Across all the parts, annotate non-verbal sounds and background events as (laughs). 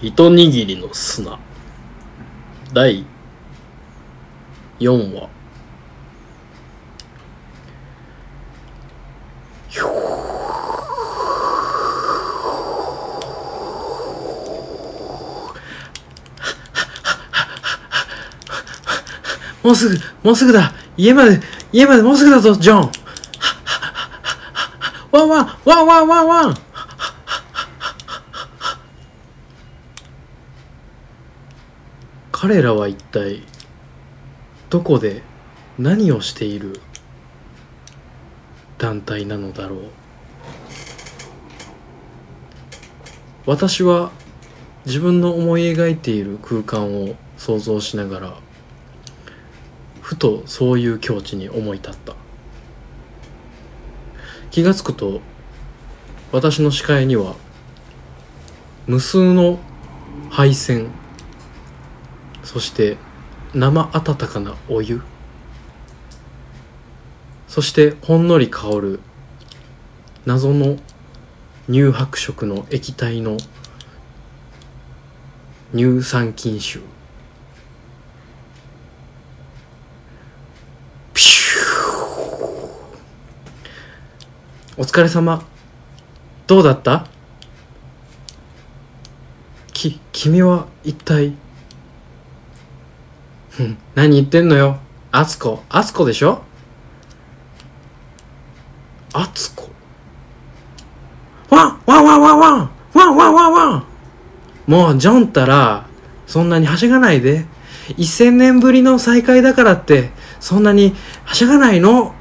一握りの砂第4話もうすぐもうすぐだ家まで家までもうすぐだぞジョンワンワンワンワンワンワン彼らは一体どこで何をしている団体なのだろう私は自分の思い描いている空間を想像しながらふとそういう境地に思い立った気がつくと私の視界には無数の配線そして生温かなお湯そしてほんのり香る謎の乳白色の液体の乳酸菌臭ピシューお疲れ様どうだったき君は一体うん何言ってんのよ。あつこ。あつこでしょあつこワンワンワンワンワンワンワンワンワンもうジョンったら、そんなにはしゃがないで。1000年ぶりの再会だからって、そんなにはしゃがないの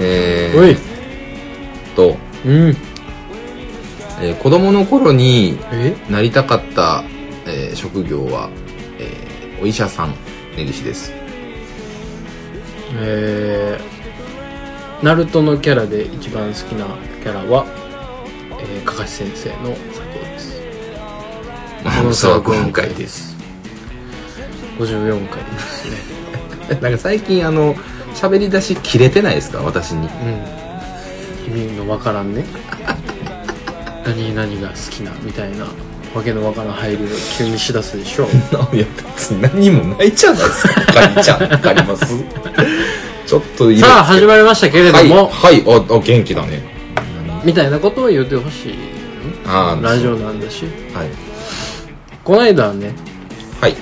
えおいー、っと、うん。えー子供の頃にえなりたかった、えー職業は、えーお医者さん根岸です (laughs) えー、ナルトのキャラで一番好きなキャラは、えー、かかし先生の佐藤です。物沢今回です54回ですねなんか最近あの喋り出し切れてないですか私に (laughs) うん意味のわからんね (laughs) 何々が好きなみたいなわけのわからん入りを急にしだすでしょ (laughs) いや別に何もないじゃないですかカニちゃんわかります (laughs) ちょっとさあ始ままりましたけれどはい、も、はい、ああ元気だねみたいなことを言ってほしいああラジオなんだしはいこないだねはい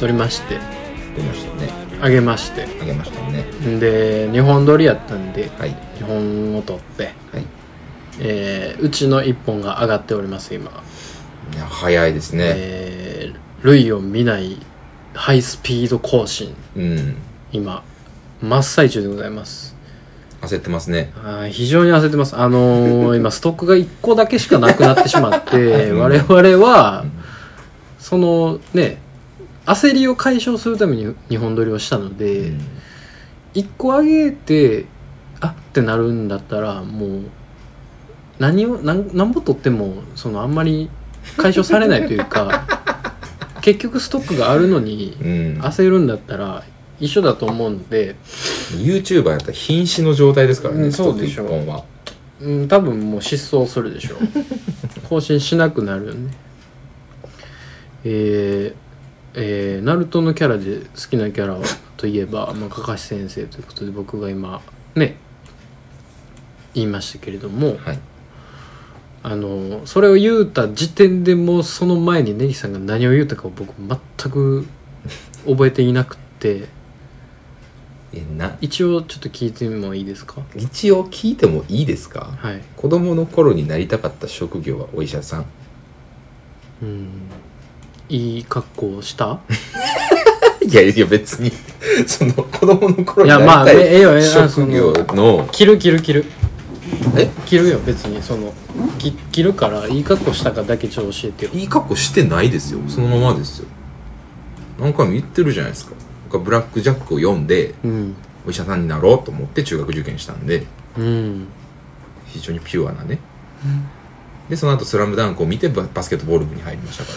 撮りまして出ましたねあげましてあげましたねんで日本撮りやったんではい日本を撮って、はいえーうちの1本が上がっております今、いや早いですね、えー類を見ないハイスピード更新うん今真っ最中でございます焦ってますねあー非常に焦ってますあ (laughs) のー今ストックが1個だけしかなくなってしまってうん我々はそのね焦りを解消するために日本撮りをしたので、うん1個上げてあってなるんだったらもう何を何何ぼ取ってもそのあんまり解消されないというか結局ストックがあるのにうん、焦るんだったら一緒だと思うんで YouTuber やったら瀕死の状態ですからね、うんそうでしょうストック一本はうん、多分もう失踪するでしょう更新しなくなるよねえー、えー、ナルトのキャラで好きなキャラといえば、まあ、かかし先生ということで僕が今ね言いましたけれどもはいあのそれを言うた時点でもうその前にネギさんが何を言うたかを僕全く覚えていなくてえな一応ちょっと聞いてもいいですか一応聞いてもいいですかはい子供の頃になりたかった職業はお医者さん (laughs) うんいい格好をしたいやいや別に (laughs) その子供の頃いにやまなあえええりよえたえいよ職業の着る着る着るえ着るよ別にその着着るからいい格好したかだけちょっと教えてよいい格好してないですよそのままですよ何回も言ってるじゃないですか僕はブラック・ジャックを読んでうんお医者さんになろうと思って中学受験したんでうん非常にピュアなね、でその後スラムダンクを見てババスケットボール部に入りましたか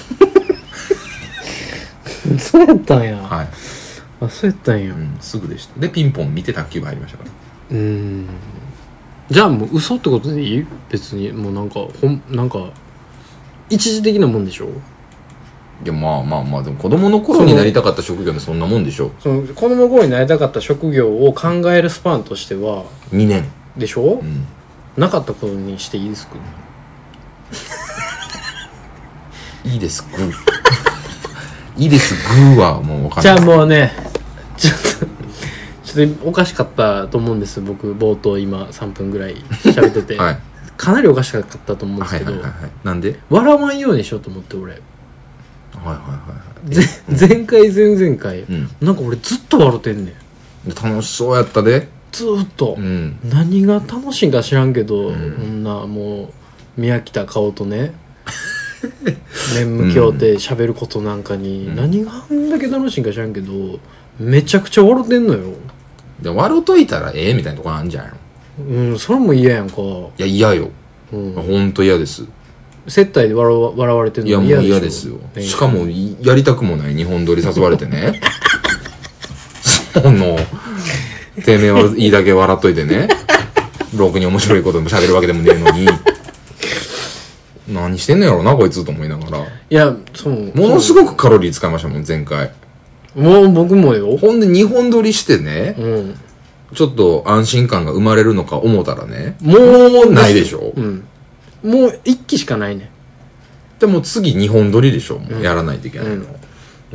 そうやったんやらはいあそうやったんやうん、すぐでしたでピンポン見て卓球部入りましたからうーんじゃあもう嘘ってことでいい別にもうなんかほんなんか一時的なもんでしょいやまあまあまあでも子供の頃になりたかった職業でそんなもんでしょその子供頃になりたかった職業を考えるスパンとしては2年でしょう、んなかったことにしていいですかいいですグ (laughs) ーいいですグーはもう分かんじなゃいあもうねちょっ (laughs) とちょっとおかしかったと思うんです僕冒頭今3分ぐらい喋って (laughs) て、はいかなりおかしかったと思うんですはけいど、はいはいはいなんではい笑わんようにしようと思って俺はいはいぜ前回前々回、はいなんか俺ずっと笑ってんねんうん楽しそうやったでずーっと、うん何が楽しいんか知らんけど、うんこんなもう見飽きた顔と (laughs) ね面向き合うて喋ることなんかに、うん何があんだけ楽しいんか知らんけどめちゃくちゃ笑ってんのよで笑うといたらええみたいなとこあんじゃんいのうんそれも嫌やんか、いや嫌ようん、ほんと嫌です接待で笑わ笑われてるいやのも嫌うでしょ嫌ですよねしかもいやりたくもない日本撮り誘われてね (laughs) そのてめえはいいだけ笑っといてねろくに面白いことも喋るわけでもねえのに何してんのやろなこいつと思いながらいやそうものすごくカロリー使いましたもん前回もう僕もよほんで2本撮りしてねうんちょっと安心感が生まれるのか思ったらねもうないでしょうんもう一期しかないねでも次2本撮りでしょもうやらないといけないの、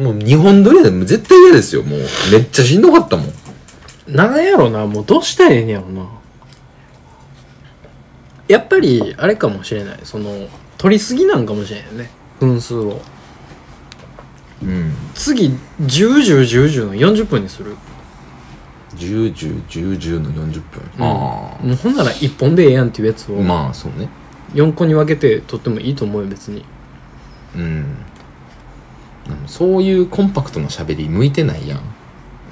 もう2本撮りでもう絶対嫌ですよもうめっちゃしんどかったもんなんやろなもうどうしたらええんやろなやっぱりあれかもしれないその取りすぎなんかもしれないね分数をうん次101010の40分にする10、10、10、10の40分。もあうほんなら1本でええやんっていうやつあ。をまあ、そうね。 4個に分けて取ってもいいと思うよ別にうん。でもそういうコンパクトな喋り向いてないやん。う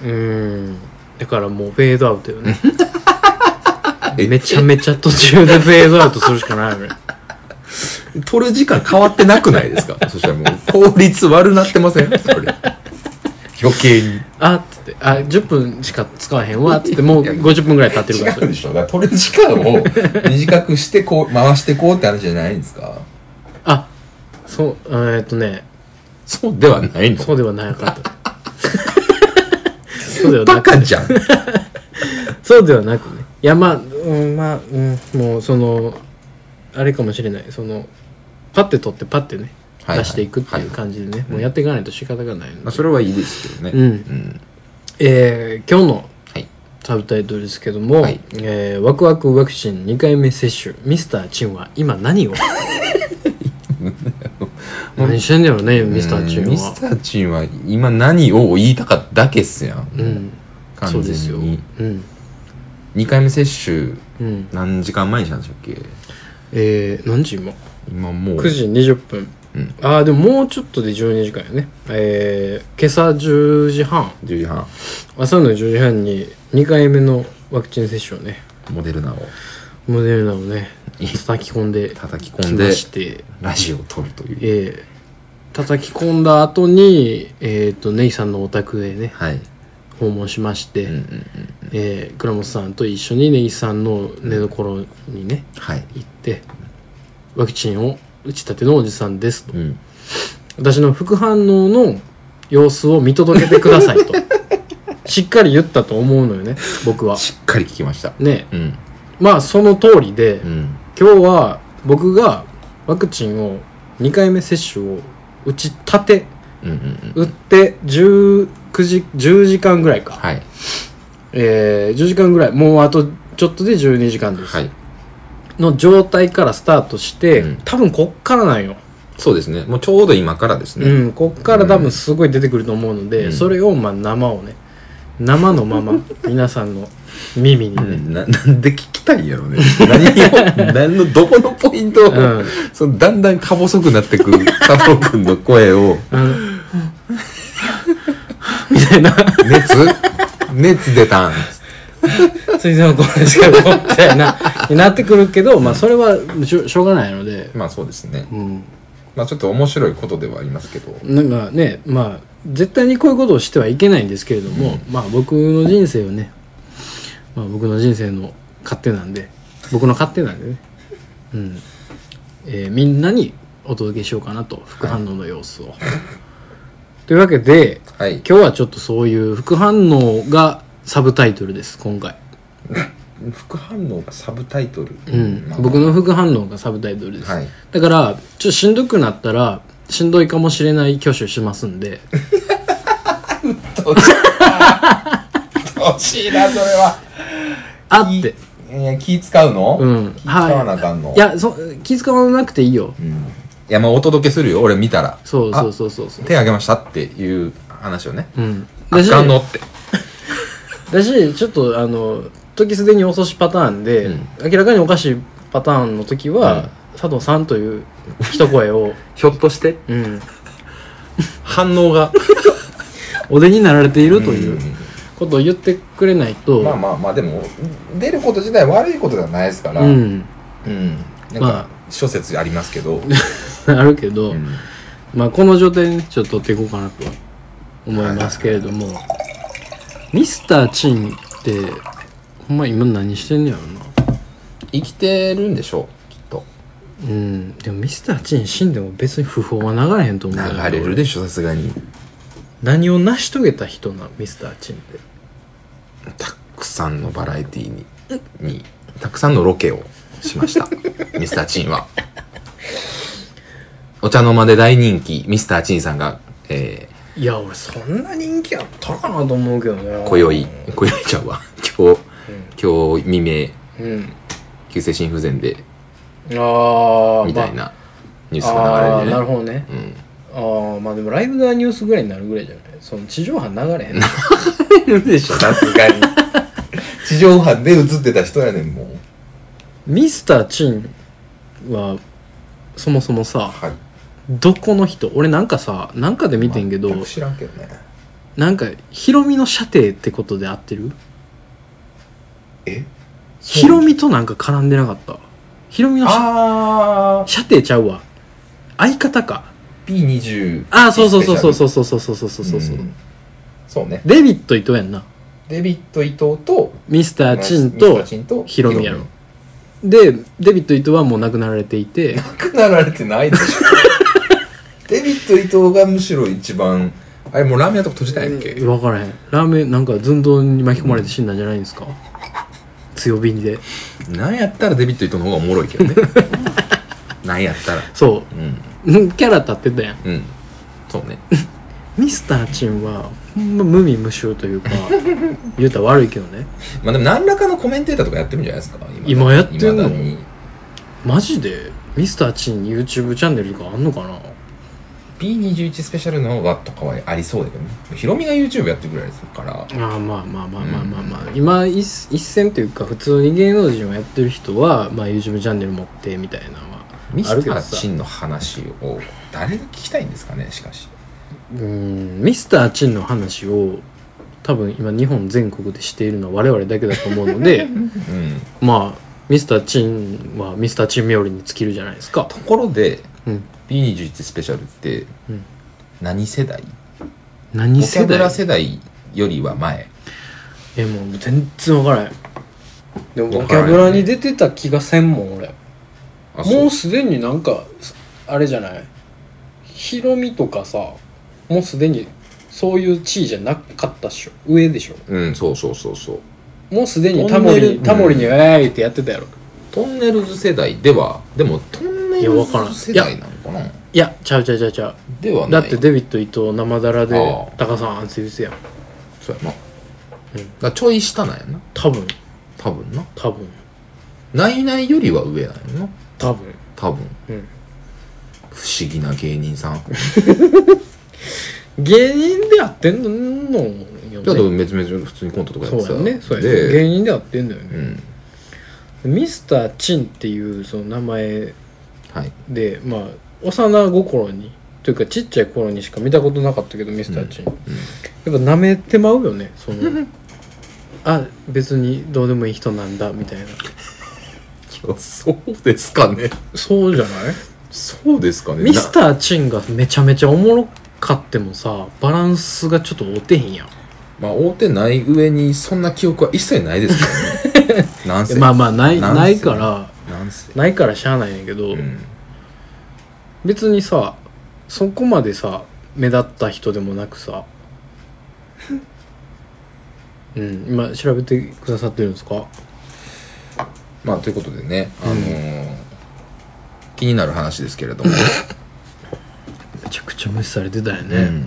ーんだからもうフェードアウトよ (laughs) ねえめちゃめちゃ途中でフェードアウトするしかないよね撮る時間変わってなくないですか (laughs) そしたらもう効率悪なってませんそれ。余計に。あっつってあ10分しか使わへんわっ (laughs) つってもう50分ぐらい経ってるからそれでしょだから撮る時間を短くしてこう、回してこうって話じゃないんですかあそうえーっとねそうではないのそうではなか (laughs) ったそうではバなくカじゃん。そうではなくねいやまあうんまあ、うん、もうそのあれかもしれないそのパッて取ってパッてねはいはい出していくっていう感じでね、もうやっていかないと仕方がないので、まあ、それはいいですけどね。うんん。えー今日のはい。サブタイトルですけども、はいえーワクワクワクチン2回目接種ミスターチンは今何を (laughs) 何してんだよねミスターチンうんミスはターチンは今何を言いたかっただけっすやん。うんそ完うです全よに。うん2回目接種うん何時間前にしたんでしたっけえー、何時今今もう9時20分、うんああでももうちょっとで12時間やねえー、今朝10時半10時半朝の10時半に2回目のワクチン接種をねモデルナをモデルナをね叩き込んで叩き込きんでましてラジオを撮るというえー、叩き込んだ後にえっ、とネイさんのお宅へねはい訪問しまして、うんうんうんえー倉本さんと一緒にネイさんの寝所にねはい行ってワクチンを打ちたてのおじさんですとうん私の副反応の様子を見届けてくださいと (laughs) しっかり言ったと思うのよね僕はしっかり聞きましたねうんまあその通りで、うん今日は僕がワクチンを2回目接種を打ちたてうんうんうん打って19時10時間ぐらいか、はいえー10時間ぐらいもうあとちょっとで12時間です、はいの状態からスタートして、うん多分こっからなんよ、そうですねもうちょうど今からですねうん、こっから多分すごい出てくると思うので、うんそれをまあ生をね生の (laughs) まま皆さんの耳にうね、んななんで聞きたいんやろうね何を何のどこのポイントをうんそのだんだんか細くなってくる加藤君の声をあのみたいな熱熱出たんついでのこれしかこうみたいなになってくるけど、まあそれはしょしょうがないので、まあそうですねうん、まあちょっと面白いことではありますけどなんかねまあ絶対にこういうことをしてはいけないんですけれども、まあ僕の人生をね、まあ僕の人生の勝手なんで、僕の勝手なんでね、うん。えーみんなにお届けしようかなと、副反応の様子を。というわけで、はい今日はちょっとそういう副反応がサブタイトルです、今回。副反応がサブタイトル、うんまあ。僕の副反応がサブタイトルです。はいだから、ちょっとしんどくなったら、しんどいかもしれない挙手しますん (laughs) で、欲しいなそれはあって。いや気使うの、うん気使わなあかんの、いや、そ気遣わなくていいよ。うん、いやまあお届けするよ俺見たらそうあそうそうそうそう。手あげましたっていう話をねうん。あだし、かんのってだし、ちょっとあの、時すでに遅しパターンで、うん明らかにおかしいパターンの時は、佐藤さんという一声 (laughs) を、ひょっとしてうん、反応がお出になられているとういんうことを言ってくれないと、まあまあまあでも出ること自体悪いことではないですから、うん、 (laughs) うんなんまか諸説ありますけど、あるけど、うんまあこの状態にちょっと取っていこうかなとは思いますけれども、ミスターチンって、ほんま今何してんねやろな。生きてるんでしょうきっとうん、でもミスターチン死んでも別に不法は流れへんと思うんだけど流れるでしょさすがに何を成し遂げた人なのミスターチンってたくさんのバラエティーににたくさんのロケをしました (laughs) ミスターチンはお茶の間で大人気ミスターチンさんが、えいや俺そんな人気あったかなと思うけどねー、今宵今宵ちゃんは今日今日未明うん、うん、急性心不全でああみたいなニュースまあがあー流れなてるねほどねうんああまあでもライブのニュースぐらいになるぐらいじゃないその地上波流れへんいるでしょさすがに (laughs) 地上波で映ってた人やねんもうミスターチンはそもそもさはいどこの人俺なんかさなんかで見てんけど、全く知らんけどねなんかヒロミの射程ってことで合ってるえヒロミとなんか絡んでなかったヒロミの射ああ射程ちゃうわ相方か P20 ああそうそうそうそううそうそうそうそうそうそうそううんそうねデビット伊藤やんなデビット伊藤とミスター・チンミスタとーチンとヒロミやろでデビット伊藤はもう亡くなられていてなくなられてな (laughs) いでしょデビット伊藤がむしろ一番あれもうラーメン屋とか閉じたんやっけ、分からへんラーメンなんか寸胴に巻き込まれて死んだんじゃないんですか強火でなんやったらデビット伊藤の方がおもろいけ (laughs) どねなんやったらそうんううんキャラ立ってたやんうんそうねミスター・チンはほんま無味無臭という (laughs) か言うたら悪いけどねまあでも何らかのコメンテーターとかやってるんじゃないですか今今やってんの未だにマジでミスター・チン YouTube チャンネルとかあんのかな P21 スペシャルの方がとかはありそうだけどねヒロミが YouTube やってるぐらいですからああまあまあまあまあまあまあ、今一一線というか普通に芸能人をやってる人は、まあ、YouTube チャンネル持ってみたいなのはミスあるけタどー・さチンの話を誰が聞きたいんですかねしかしうーんミスター・チンの話を多分今日本全国でしているのは我々だけだと思うの (laughs) でうんまあミスター・チンはミスター・チン冥利に尽きるじゃないですかと、ころでうん、 B21 スペシャルってうん何世代何ボキ世ャブ代ラ世代よりは前えもう全然分からへんでもボわキからんャブラに出てた気がせんもん俺あもうすでになんかあれじゃないヒロミとかさもうすでにそういう地位じゃなかったっしょ上でしょうんそうそうそうそうもうすでにトタンモネルリにタモリに「うウんェーイ!」ってやってたやろトンネルズ世代ではでもトンネいやルわからんズ世代なのかないやちゃうちゃうちゃうちゃではうだないってデビッド伊藤生だらでああタカさんアンセウスやんそうやな、うんだからちょい下なんやな多分多分な多分ないないよりは上なんやな多分多分うん不思議な芸人さん芸人でやってんのよだとね別々普通にコントとかやっそてうさやんねそうやねで芸人でやってんだようね、んミスター・チンっていうその名前はいでまあ幼心にというかちっちゃい頃にしか見たことなかったけどミスターチン、やっぱ舐めてまうよねそ (laughs) のあ別にどうでもいい人なんだみたいないやそうですかねそうじゃないそうですかねミスターチンがめちゃめちゃおもろ買ってもさバランスがちょっと合ってへんやんまあ合うてない上にそんな記憶は一切ないですけ (laughs) どねなんせまあまあないなんせないからなんせないからしゃあないんやけど、うん別にさそこまでさ目立った人でもなく (laughs) さうん今調べてくださってるんですかまあということでねあのー気になる話ですけれども、めちゃくちゃ無視されてたようねん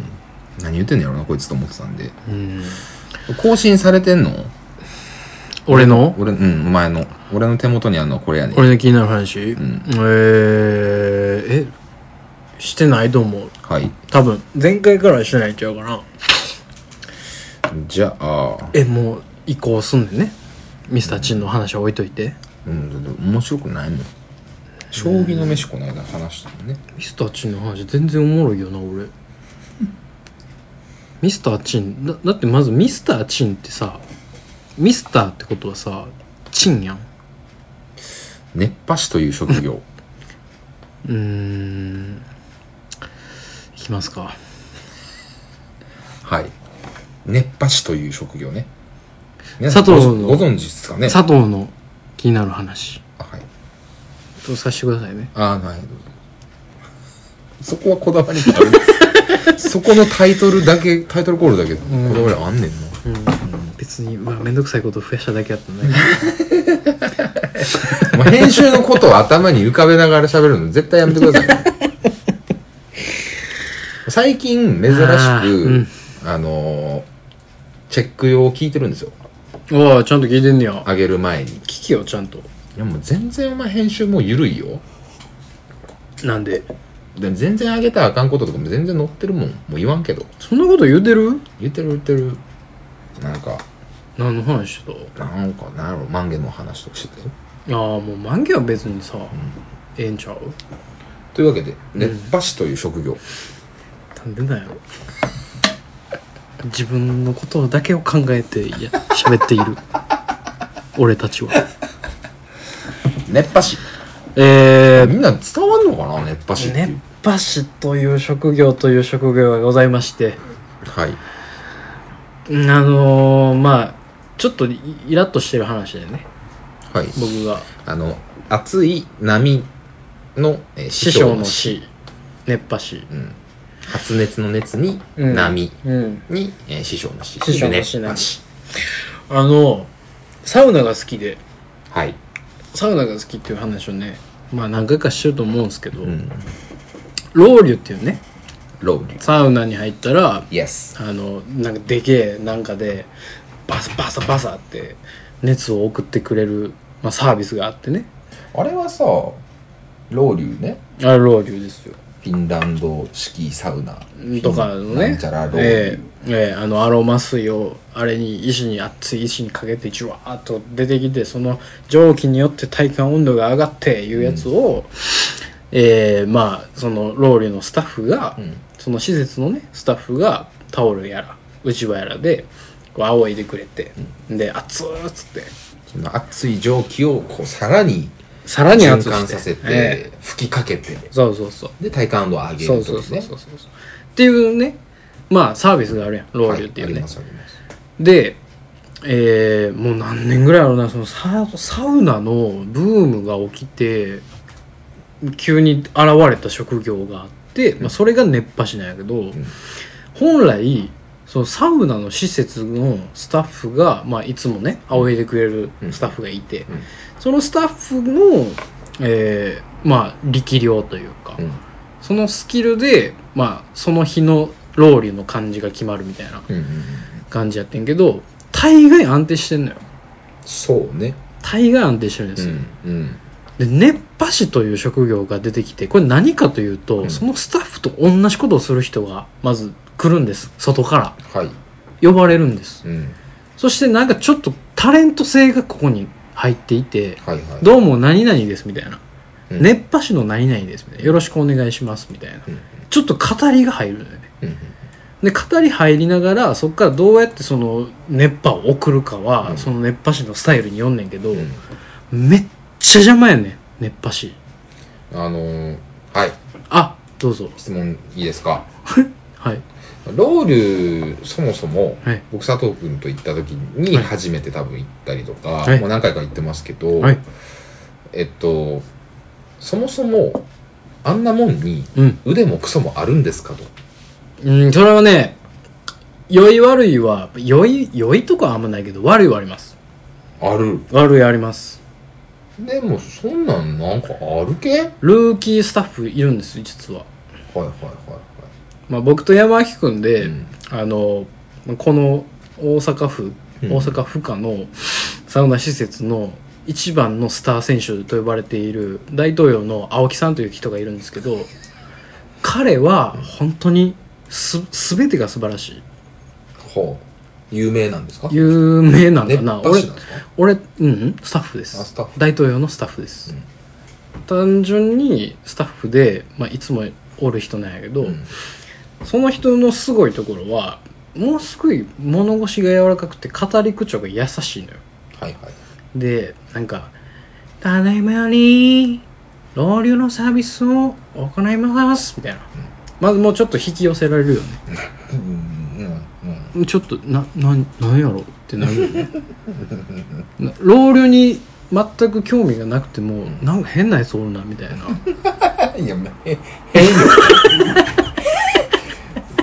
何言ってんのやろなこいつと思ってたんでうん、更新されてんの俺の俺うんお前の俺の手元にあるのはこれやねん俺の気になる話、んえー、えしてないと思うはい多分前回からはしてないんちゃうかなじゃあえもう移行すんでねミスターチンの話は置いといて、うんだって面白くないもん将棋の飯この間話したもんねミスターチンの話全然おもろいよな俺ミスターチンだだってまずミスターチンってさミスターってことはさチンやん熱波師という職業うーんいきますかはい熱波師という職業ね皆佐藤のごご存知ですかね佐藤の気になる話あはいとさせてくださいねああないそこはこだわりがあるんです (laughs) そこのタイトルだけタイトルコールだけこだわりあんねんなうん別にまあ面倒くさいこと増やしただけやったんだけどまあ、編集のことを頭に浮かべながら喋るの絶対やめてくださいね。 (laughs) 最近珍しく、ああ,、ーうんのーチェック用を聞いてるんですよ。おおちゃんと聞いてんねや上げる前に。い聞きよちゃんとやもう全然お前編集もう緩いよ。なんででも全然上げたらあかんこととかも全然載ってるもん。もう言わんけど。そんなこと言うてる言ってる言ってる。なんか、何の話してたなんか、なんやろ、満月の話とかしてたよ。ああもう満月は別にさ、ええんちゃうというわけで、熱波師という職業。なんでなんやろ自分のことだけを考えていや喋っている (laughs) 俺たちは熱波師。えみんな伝わんのかな熱波師ー、っていう。熱波師という職業という職業がございましてはい。うんあのー、まあちょっとイイラッとしてる話でねはい。僕があの、熱い波の、えー師師匠匠のの師熱波師うん。発熱の熱に、うん波うんに、えー師匠の師。師匠の師でなんで熱波師。あのサウナが好きではい。サウナが好きっていう話をねまあ何回かしてると思うんですけど、うん。ロウリュっていうねロウリュ。サウナに入ったらイエス。あのなんかでけえなんかでバサバサバサって熱を送ってくれる、まあ、サービスがあってねあれはさ、ロウリュね。あれロウリュですよフィンランド式サウナとかのねなんちゃらロウリュええええあのアロマ水をあれに石に熱い石にかけてジュワーッと出てきてその蒸気によって体感温度が上がっていうやつを、ええまあそのロウリュのスタッフが、んその施設のねスタッフがタオルやらうちわやらでこう仰いでくれて、で熱ーっつってその熱い蒸気を、こう、さらに、さらに循熱く環してさせて、え吹きかけて、えそうそうそうで、体感温度を上げるとそうですそうね。そうそうそうっていうねまあサービスがあるやんロウはいリュっていあうりね、ますあります。で、えーもう何年ぐらいあるなそのササウナのブームが起きて急に現れた職業があって、まあ、それが熱波師なんやけど、本来そのサウナの施設のスタッフが、まあ、いつもね仰いでくれるスタッフがいて、んうんそのスタッフの、えーまあ、力量というか、うん。そのスキルで、まあ、その日のロウリュの感じが決まるみたいなうんうんうん。感じやってんけど大概安定してんのよそうね。大概安定してるんですよ、うん。うんで熱波師という職業が出てきてこれ何かというと、うんそのスタッフと同じことをする人がまず来るんです外からはい。呼ばれるんですうん。そしてなんかちょっとタレント性がここに入っていてはいはい。どうも何々ですみたいな、うん熱波師の何々ですみたいなよろしくお願いしますみたいな、うんちょっと語りが入るのよねうんうんで語り入りながらそこからどうやってその熱波を送るかは、うんその熱波師のスタイルによんねんけど、うんめっちゃ邪魔やねん熱波師あのー、はい。あどうぞ質問いいですかはいロールそもそも、はい僕佐藤君と行った時にはい初めて多分行ったりとか、はいもう何回か行ってますけど、はいえっとそもそもあんなもんにうん腕もクソもあるんですかとうんそれはね良い悪いは良い良いとかはあんまないけど悪いはありますある悪いありますでもそんなんなんかあるけはいルーキースタッフいるんです実は、はいはいはまあ、僕と山脇君い、で、うんあのこの大阪府、うん大阪府下のサウナ施設の一番のスター選手と呼ばれている大統領の青木さんという人がいるんですけど彼は本当にす全てが素晴らしいほう有名なんですか有名なんかな熱波俺師なんですか俺、うんうん、スタッフであすスタッフ大統領のスタッフです、うん単純にスタッフで、まあ、いつもおる人なんやけど、うんその人のすごいところはもうすごい物腰が柔らかくて語り口調が優しいのよはいはいでなんか「ただいまより老流のサービスを行います」みたいな、まずもうちょっと引き寄せられるよねうんうんうんちょっとななんなんやろってなるよねな (laughs) 老流に全く興味がなくてもなんか変なやつおるなみた (laughs) いないや、まへ変よ。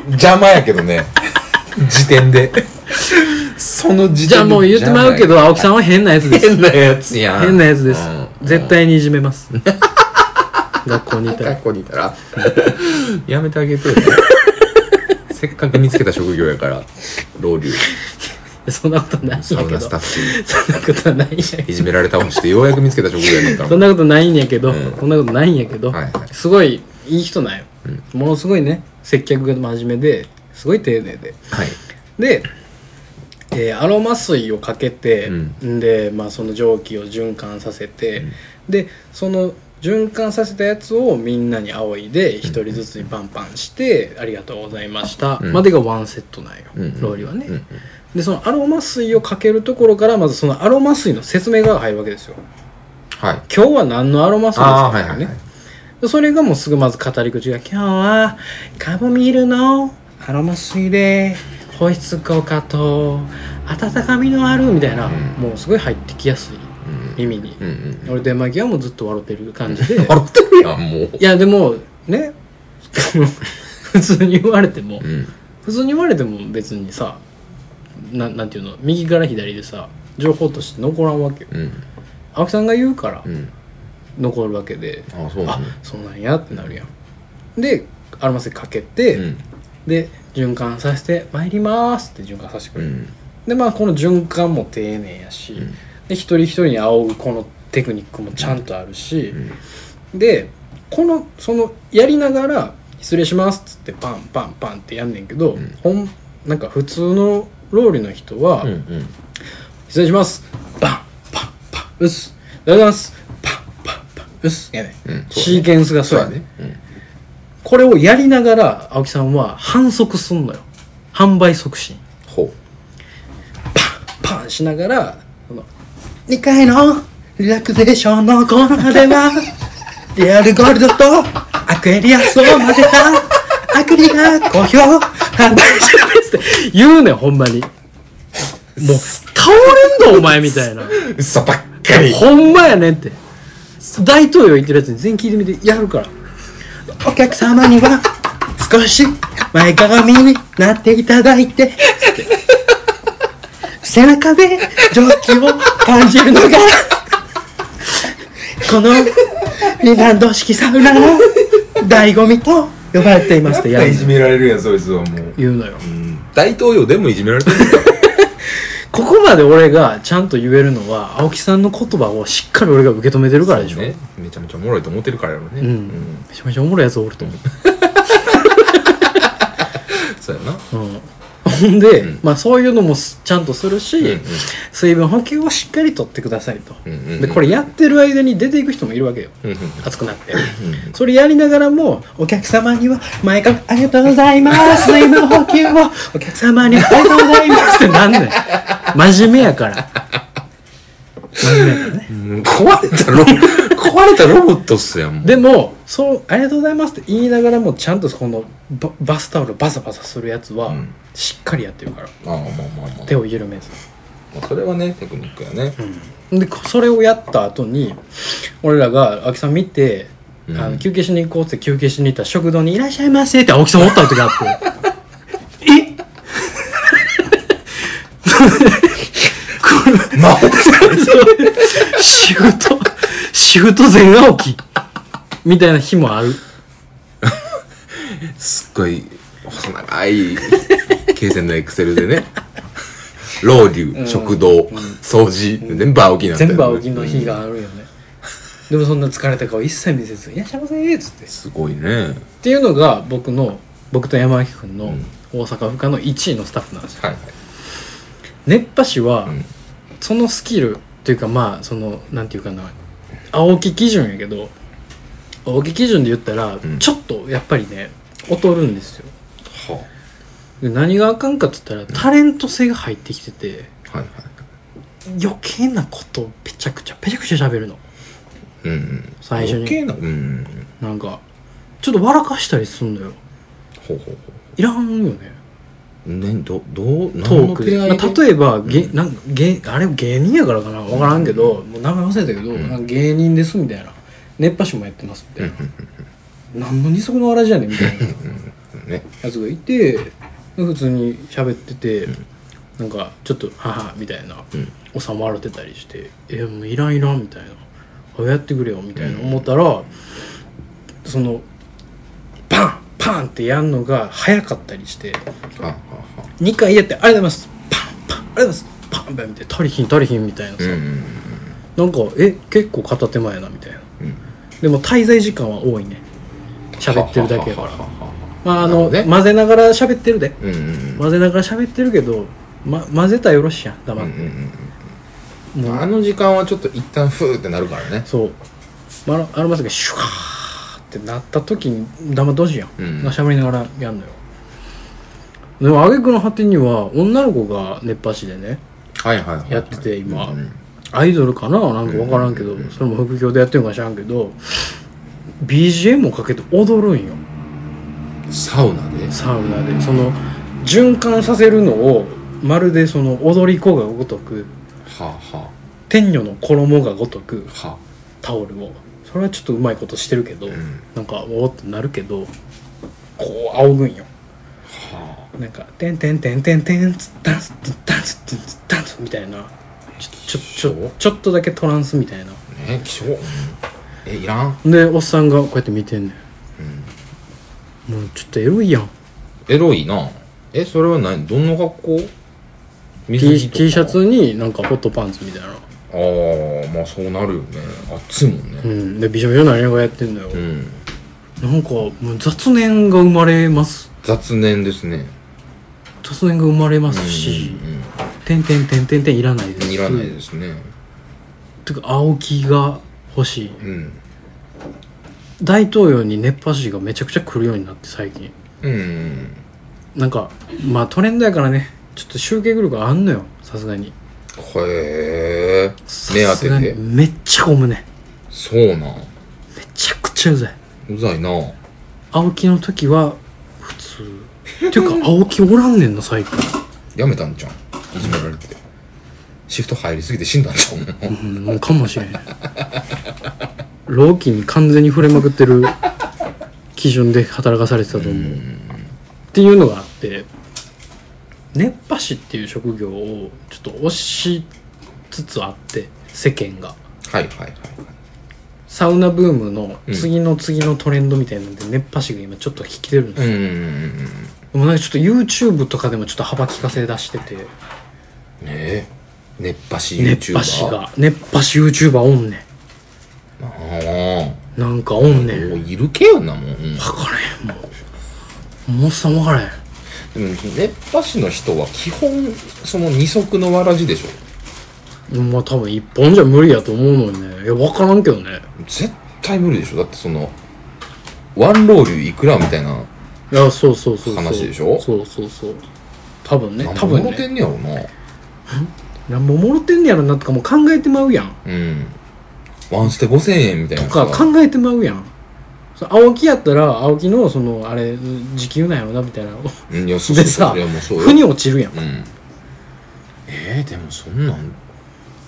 邪魔やけどね。時点で。その時点で。じゃあもう言ってまうけど青木さんは変なやつです邪魔や。変なやつやん。変なやつです、うん絶。対にいじめます学校にいたら学校にいたら。やめてあげてよ。せっかく見つけた職業やから、老流、そんなことないんやけサウどナスタそッフ、んなことはないんやけどいじめられ倒して、ようやく見つけた職業やねんから。そんなことないんやけど、うんそんなことないんやけど、はいはいすごいいい人なんよ、うんものすごいね接客が真面目ですごい丁寧ではい。で、えーアロマ水をかけて、、うんで、まあ、その蒸気を循環させて、うんでその循環させたやつをみんなに仰いで一人ずつにパンパンして、ありがとうございました、うんまでがワンセットなんよ、うんローリはね、うんうんでそのアロマ水をかけるところからまずそのアロマ水の説明が入るわけですよはい。今日は何のアロマ水ですああ、かはいはいねはい。でそれがもうすぐまず語り口が「今日はカモミールのアロマ水で保湿効果と温かみのある」みたいな、もうすごい入ってきやすい耳に、うんうん。俺電話際もずっと笑ってる感じでい笑ってるやん、もう。やでも (laughs) ね普通に言われてもうん。普通に言われても別にさななんていうの右から左でさ情報として残らんわけようん。青木さんが言うからうん。残るわけで、ああ、そうなあんだ。そうなんやってなるやんでアロマ水かけて、うん。で循環させてまいりますって循環させてくうれる、ん。でまあこの循環も丁寧やし、うんで一人一人に仰ぐこのテクニックもちゃんとあるしう、んでこのそのやりながら「失礼します」っつってパンパンパンってやんねんけど、うんほんなんか普通のロールの人は「うんうん失礼しますバンパンパンうっすありがとうございますパンパンパンうっすやね、うんシーケンスがそうやね。これをやりながら青木さんは反則すんのよ販売促進ほパンパンしながらこの2回のリラクゼーションのコーナーで (laughs) はリアルゴールドとアクエリアスを混ぜたアクリが好評販売中ですって言うねんほんまにもう倒れんのお前みたいなう。嘘ばっかり。ほんまやねんって大統領言ってるやつに全員聞いてみてやるからお客様には少し前かがみになっていただいて背中で蒸気を感じるのがこの二段ド式サウナの醍醐味と呼ばれていますってやるいじめられるやん、そいつはもう。言うのよ大統領でもいじめられてるんだよ。ここまで俺がちゃんと言えるのは青木さんの言葉をしっかり俺が受け止めてるからでしょ、ね。めちゃめちゃおもろいと思ってるからやろね。うん。めちゃめちゃおもろいやつおると思うそうやな。うんほんで、んまあそういうのもすちゃんとするし、うんうん水分補給をしっかりとってくださいと、うんうんうんでこれやってる間に出ていく人もいるわけようんうん熱くなってそれやりながらもお客様には前から「ありがとうございます水分補給をお客様にありがとうございます」ってなんねん真面目やから真面目だねうん壊れたロ壊れたロボットっすやんもうでもそうありがとうございますって言いながらもちゃんとこのババスタオルバサバサするやつは、うんしっかりやってるからああまあまあまあ手を緩めずまあそれはねテクニックやねでこそれをやった後に俺らが青木さん見て、うんあの休憩しに行こうって休憩しに行った食堂に「いらっしゃいませ」って青木さんおった時があ (laughs) ってえこまあれシフトシフト全青木みたいな日もあるすっごい細長い経線のエクセルでね老流食堂掃除全部青木なんだよ全部青木の日があるよねでもそんな疲れた顔一切見せず「いらっしゃいませ」っつってっすごいねていうのが僕の僕と山脇君うのん大阪府下の1位のスタッフなんですよはい熱波師は、うんそのスキルというかまあそのなんていうかな青木基準やけど青木基準で言ったら、んちょっとやっぱりね劣るんですよはで何があかんかって言ったらタレント性が入ってきててあはいはい余計なことをぺちゃくちゃぺちゃくちゃ喋るのうんうん最初に余計なうんなんかちょっと笑かしたりすんのよほうほうほいらんよねうねどどうトークで、何まの手合あ、い例えば、げなんかげあれ芸人やからかな分からんけど、もう名前忘れたけど、んなんか芸人ですみたいな熱波師もやってますみたいな、何の二足のわらじやねんみたいなうんねやつがいて普通に喋ってて、なんかちょっと「はは」みたいな、ん収まれてたりして「えもういらんいらん」みたいな「あやってくれよ」みたいな思ったら、そのパンパンってやんのが早かったりして。あはあは2回やって「ありがとうございます」パンパン「ありがとうございます」パンパンみたいな「足りひん足りひん」みたいなあさ、うんうんなんかえ結構片手前やなみたいなうんでも滞在時間は多いね喋ってるだけやかははらはははまああなるほの、どね混ぜながら喋ってるでうんうん混ぜながら喋ってるけど、ま、混ぜたらよろしいやんうん黙うっんて、うんうんもうあの時間はちょっと一旦ふーってなるからねそうまああのまさかシュワーってなった時に黙ってほしいやん、うん喋りながらやんのよでも挙句の果てには女の子が熱波師でねはいはいはいはいやってて今うんアイドルかななんか分からんけど、それも副業でやってるんか知らんけど BGM をかけて踊るんよサウナでサウナでその循環させるのをまるでその踊り子がごとくはあは天女の衣がごとくあはタオルをそれはちょっとうまいことしてるけど、んなんかおおってなるけどこう仰ぐんよあはなんか「てんてんてんてんてんつったんつったんつったんつったんつ」みたいなちょちょちょちょっとだけトランスみたいなあね気象うんえいらんでおっさんがこうやって見てんねん、もうちょっとエロいやんエロいなえそれは何どんな格好 T, T シャあツになんかホットパンツみたいな、あーまあそうなるよね暑いもんうねん、でびしょびしょな映画やってんだよ、うんなんかもう雑念が生まれます雑念ですね雑念が生まれますし「うてんてんてんてんてん」いらないでんすいらないですねてか青木が欲しいうん大統領に熱波師がめちゃくちゃ来るようになって最近うんなんかまあトレンドやからねちょっと集計力あんのよさすがにへえさ目当すがてにてめっちゃ混むねそうなんめちゃくちゃうざいうざいな青木の時は普通っていうか青木おらんねんな最近やめたんじゃんいじめられてシフト入りすぎて死んだんじゃんうんもうかもしれん老期に完全に触れまくってる基準で働かされてたと思う、っていうのがあって熱波師っていう職業をちょっと推しつつあって世間が (laughs) はいはいはいサウナブームの次の次のトレンドみたいなんで熱波師が今ちょっと引きてるんでうすんよ、うんでもなんかちょっと YouTube とかでもちょっと幅利かせ出しててねえ熱波師 YouTuber 熱波師が熱波師 YouTuber おんねああんなんかおんねんもういるけよなもん、うん、分でからへんもうもうおっさん分からへんも熱波師の人は基本その二足のわらじでしょまあ多分一本じゃ無理やと思うのにねいや分からんけどね絶対無理でしょだってそのワンロールいくらみたいないやそうそうそうそう話でしょそうそうそう多分ね何多本も分ろてねんねやろななんぼもろてんねやろなとかも考えてまうやんうん。ワンステ5000円みたいなとさ。か考えてまうやんそう青木やったら青木のそのあれ時給なんやろなみたいなうんいや、そうでさいや、もうそうよ腑に落ちるやんうん。えー、でもそんなん、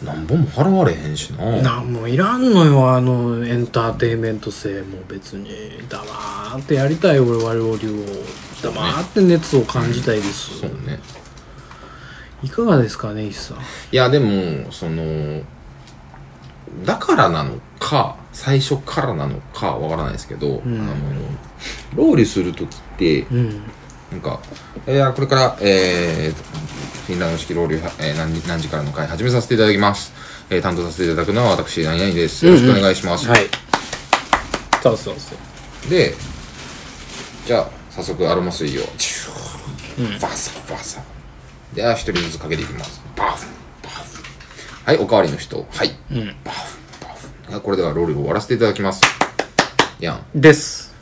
なんぼも払われへんしな。なんもいらんのよあのエンターテインメント性も別に黙ってやりたい俺は料理を黙って熱を感じたいです、そうね。いかがですかね石さんいや、でも、その、だからなのか、最初からなのか、わからないですけど、んあの、ロウリュするときって、うんなんか、いや、これから、えー、フィンランド式ロウリュ、えー、何何時からの会始めさせていただきます。えー、担当させていただくのは私、何々です。よろしくお願いします。はいそうそうそうで、じゃあ、早速、アロマ水を、チューバサバサ。で、あ一人ずつかけていきます。バフバフ。はい、おかわりの人。はい。バフバフ。はいこれではロールを終わらせていただきます。やん。です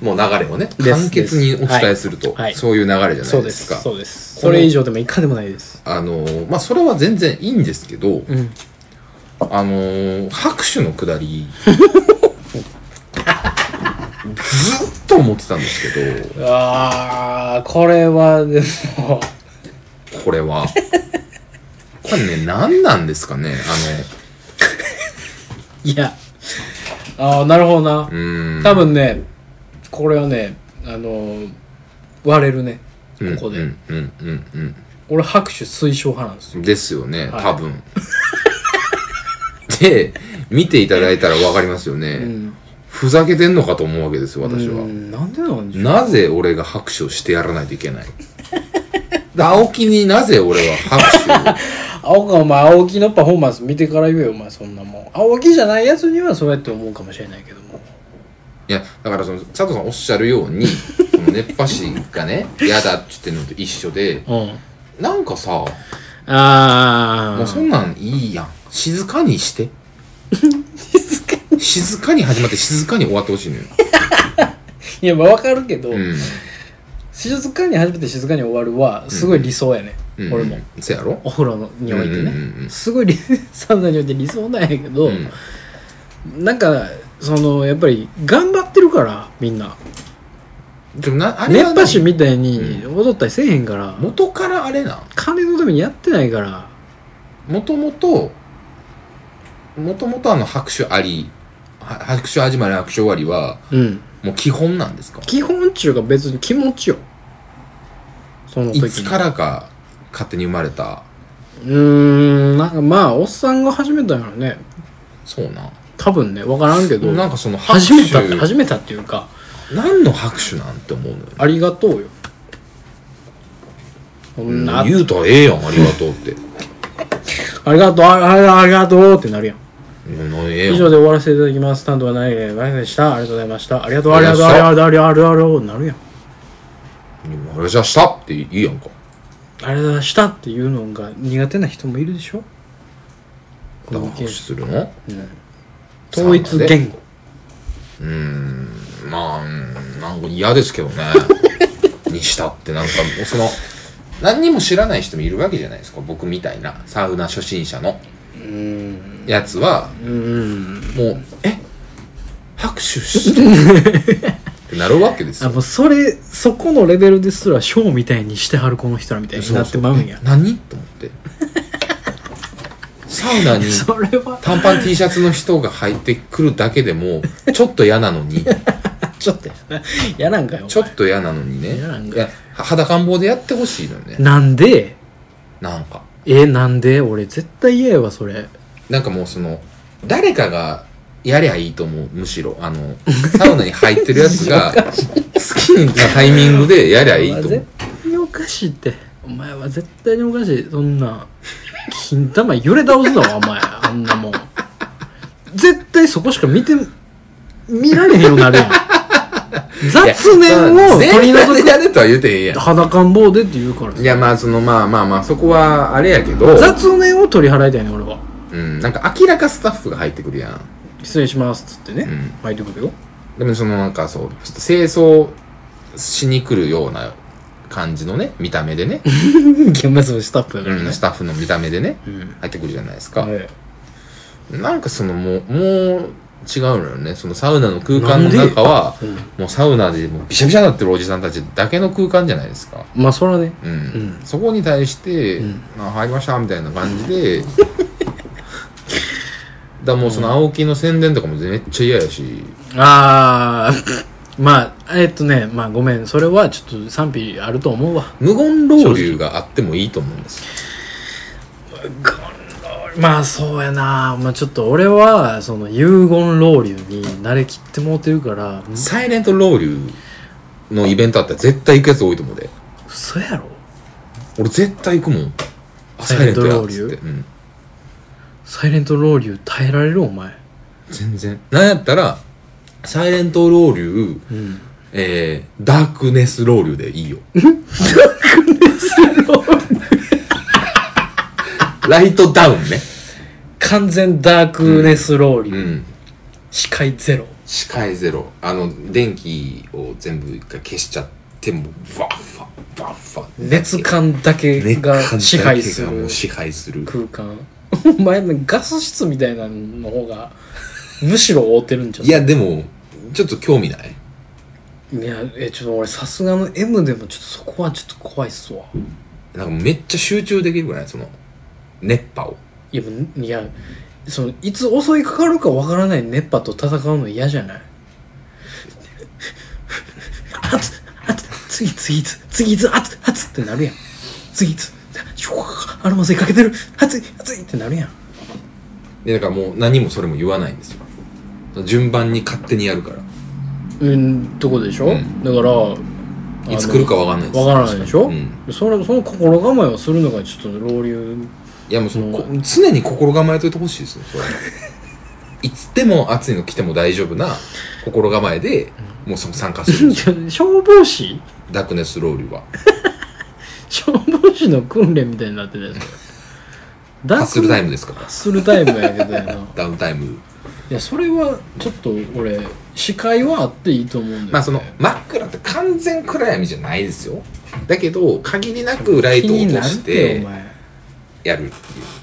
もう流れをね、です簡潔にお伝えすると、はいはいそういう流れじゃなそいうでですか。すそうですそれ以上でもいかでもないですあのーまあ、それは全然いいんですけど、んあのー拍手のくだ (laughs) り、ずっと思ってたんですけど、あーこれはでもこれは。これね、何なんですかねいやああなるほどなあの、うーん。多分ねこれはねあの割れるねうん、ここで、うん、うん、うん、俺拍手推奨派なんですうよん。ですよね、はい多分。で、見ていただいたらわかりますよね、んふざけてんのかと思うわけですよ、私は。うんなんでなんでしょうなぜ俺が拍手をしてやらないといけないで青木になぜ俺は拍青がお前青木のパフォーマンス見てから言えよお前そんなもん青木じゃないやつにはそうやって思うかもしれないけども手をいやだからその佐藤さんおっしゃるようにその熱波師がね嫌だって言ってるのと一緒でうんなんかさあもうそんなんいいやん静かにして静かに (laughs) 静かに始まって静かに終わってほしいのよ、いやまあわかるけど、うん、静かに始めて静かに終わるはすごい理想やね、うん俺もせやろお風呂のにおいてね、うんうんうんすごい理サウナにおいて理想なんやけど、うんなんかそのやっぱり頑張ってるからみんなでもなあれは熱な波師みたいに踊ったりせえへんから、元からあれなん金のためにやってないからもともと、もともとあの拍手あり、は拍手始まり拍手終わりは、うんもう基本なんですか基本中が別に気持ちよその時いにつからか勝手に生まれた。うーんなんかまあおっさんが始めたんやろねそうな。多分ね分からんけどなんかその拍始手、めたって始めたっていうか何の拍手なんて思うのよ。ありがとうよこんな、言うたらええやん、ありがとうって。いありがとうああありがとうってなるやんやなええ以や上ん。で終わらせていただきます担当はないえーわかりましたありがとうございましたありがとうあありりががととううありがとうありがとうありがとうなるやんあれじゃあしたっていいやんか。ありがとうございましたっていうのが苦手な人もいるでしょだから拍手するの統一言語まあ、うんなんか嫌ですけどね。 (laughs) にしたって、なんか、その、何にも知らない人もいるわけじゃないですか。僕みたいな、サウナ初心者の、やつは、もう、え拍手してってなるわけですあよ。もうそれそこのレベルですらショーみたいにしてはるこの人らみたいになってまうんやえ何と思って。サウナに (laughs) それは短パン T シャツの人が入ってくるだけで (laughs) も、ちょっと嫌なのに、ちょっと嫌なんかよお前ちょっと嫌なのにね。嫌なんいだや、裸ん坊でやってほしいのよね。なんでなんか。えなんで俺絶対嫌やわそれなんかもうその、誰かがやりゃいいと思う、むしろ。あの、サウナに入ってるやつ (laughs) が、好きなタイミングでやりゃいいと思絶う。対におかしいってお前は絶対におかしいそんな金玉揺れ倒すぞお前あんなもん絶対そこしか見て見られへんようになるやん雑念を取り除全くやれとは言うてへんや裸ん坊でって言うからん。いや、まあ、その、まあまあまあ、そこは、あれやけど、雑念を取り払いたいね俺はうん、なんか明らかスタッフが入ってくるやん。失礼しますっつってね、うん巻いてくるよでも、その、なんかそう、ちょっと清掃しに来るような感じのね、見た目でね、現場そのスタッフやかうらねん、スタッフの見た目でね、うん入ってくるじゃないですか。はいなんかそのもう、もう違うのよね。そのサウナの空間の中は、うんもうサウナでもうビシャビシャになってるおじさんたちだけの空間じゃないですか。まあそれはねうんん。そこに対して、うんあ入りましたみたいな感じで、 (laughs) だからもうその青木の宣伝とかもめっちゃ嫌やし、ああ (laughs) まあえっとねまあごめんそれはちょっと賛否あると思うわ無言老流があってもいいと思うんですよ。まあそうやなまあちょっと俺はその遺言老流に慣れきってもうてるからサイレント老流のイベントあったら絶対行くやつ多いと思うで。嘘やろ俺絶対行くもん。あササイイレレンントトやロっウリつュって。うん。サイレント老流耐えられるお前全然。なんやったら、サイレントロウリュ、うんえー、ダークネスロウリュでい (laughs) いよ。ダークネスロウリュライトダウンね。完全ダークネス老流、うん。視界ゼロ視界ゼロ。あの、電気を全部一回消しちゃって、もう、バッファ、バッファ。熱感だけ熱感だけが支配すがもうる支配する。空間 (laughs) お前のガス室みたいなの方 (laughs) がむしろ覆ってるんじゃいや、でも、ちょっと興味ないいやえちょっと俺さすがの M でもちょっとそこはちょっと怖いっすわなんかめっちゃ集中できるぐらい、その、熱波を。いやもういやそのいつ襲いかかるかわからない熱波と戦うの嫌じゃない (laughs) あつあつ次次次次いつあつあつってなるやん次いつ (laughs) シュワーアロマ水かけてるあついあついってなるやんで、だからもう何もそれも言わないんですよ。順番に勝手にやるから。うんとこでしょ、うんだからいつ来るかわかんないです。わからないでしょ、うんそれその心構えをするのがちょっと老流いやもうその、こ常に心構えといてほしいですね、それはいつでも暑いの来ても大丈夫な心構えで、もうその参加するんですよ。消防士ダークネスロウリュは。消防士の訓練みたいになってるやつハッスルタイムムですからハッ。スルタイムやけどやなダウンタイム。いやそれはちょっと俺視界はあっていいと思うんだよ、ね、まあその、真っ暗って完全暗闇じゃないですよ。だけど、限りなくライトを落と気になるっしててお、前やるっ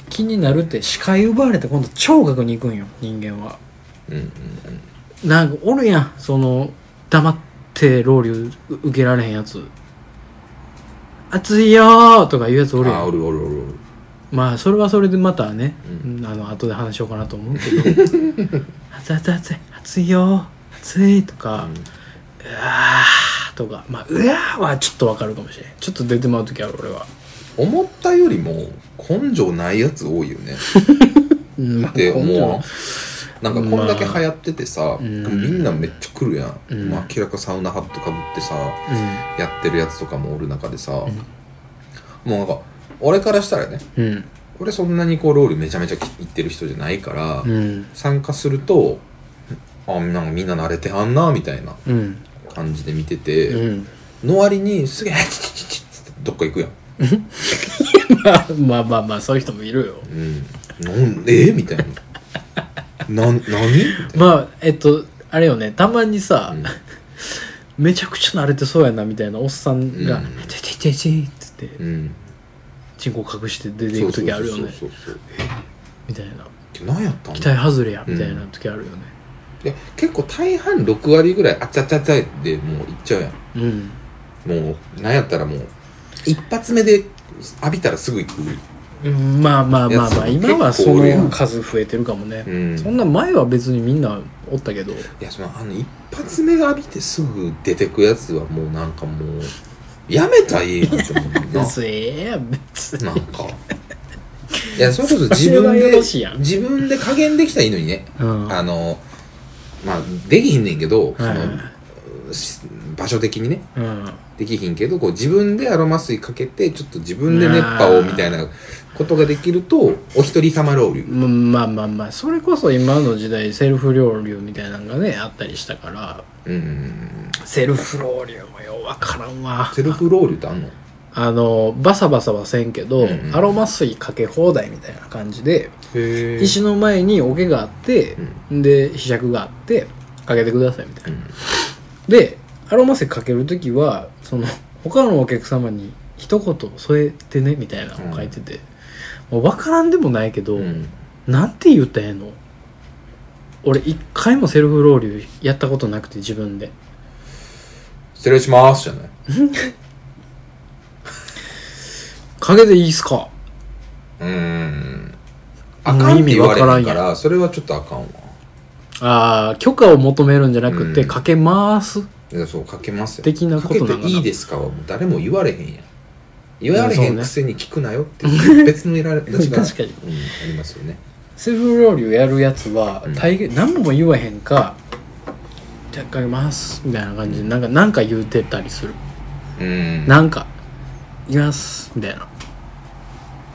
気になるって視界奪われて今度聴覚に行くんよ人間はていう。うんなんかおるやんその黙ってロウリュ受けられへんやつ熱いよーとか言うやつおうん。るあやあ、んおるおるおるおる。まあそれはそれでまたね、ううんあの後で話しようかなと思うけど「熱い熱い熱い熱いよ熱い」とかうん「うわー」とかまあ「うわー」はちょっとわかるかもしれんちょっと出てまう時ある俺は思ったよりも根性ないやつ多いよ (laughs) ね。うんって思まあわんなんかこんだけ流行っててさ、うんみんなめっちゃ来るやん、うんまあ、明らかサウナハットかぶってさ根性やってるやつとかもおる中でさ、もうなんか俺からしたらねうんうん俺そんなにこうロールめちゃめちゃ行ってる人じゃないから、うん参加するとあなんかみんな慣れてはんなみたいなうん感じで見てて、うんの割にすげえ (laughs) チチチチチってどっか行くやん、まあまあまあそういう人もいるようん、なんえみ (laughs) たいななん何みたいなまあえっとあれよねたまにさ、うん (laughs) めちゃくちゃ慣れてそうやなみたいなおっさんがうん「てててて」っつってうんチンコ隠して出ていく時あるよねそうそうそうそうみたいなって何やったん期待外れやみたいな時あるよねで結構大半6割ぐらいあちゃちゃちゃでもういっちゃうやんうん、もうなんやったらもう一発目で浴びたらすぐ行くうんまあまあまあまあいや今は結そ構おるやんの数増えてるかもね、うんそんな前は別にみんなおったけどいやそのあの一発目が浴びてすぐ出てくやつはもうなんかもうやめたらいいやんって思 (laughs) うな別にええやん別になんかいやそれこそ自そ分れはでよろしいやん自分で加減できたらいいのにねうん (laughs) あのまあできひんねんけど、はいそのし場所的にねうんできひんけどこう自分でアロマ水かけてちょっと自分で熱波をみたいなことができるとお一人様ロウリュうんまあまあまあそれこそ今の時代セルフ料理みたいなのがねあったりしたからうんセルフロウリュもようわからんわセルフロウリュってあんのあのバサバサはせんけど、うんうんアロマ水かけ放題みたいな感じでへ石の前に桶があって、で被釈があってかけてくださいみたいな、でアロマ水かける時はその他のお客様に一言添えてねみたいなのを書いてて、もう分からんでもないけど、うんなんて言ったらええの俺一回もセルフロウリュやったことなくて自分で失礼しますじゃない影でいいっすかうーんあかんって言われもう意味わるかかららそれはちょっとあかんわああ許可を求めるんじゃなくうてんかけますいやそうかけますよ的なことなのかかなけていいですかはもう誰も言われへんやん言われへんくせに聞くなよっていう別のいられ確かにうん、ありますよねセルフロウリュやるやつはうん大概何も言わへんか「じゃあかけます」みたいな感じでなんかなんか言うてたりするうんなんか「いきます」みたいな「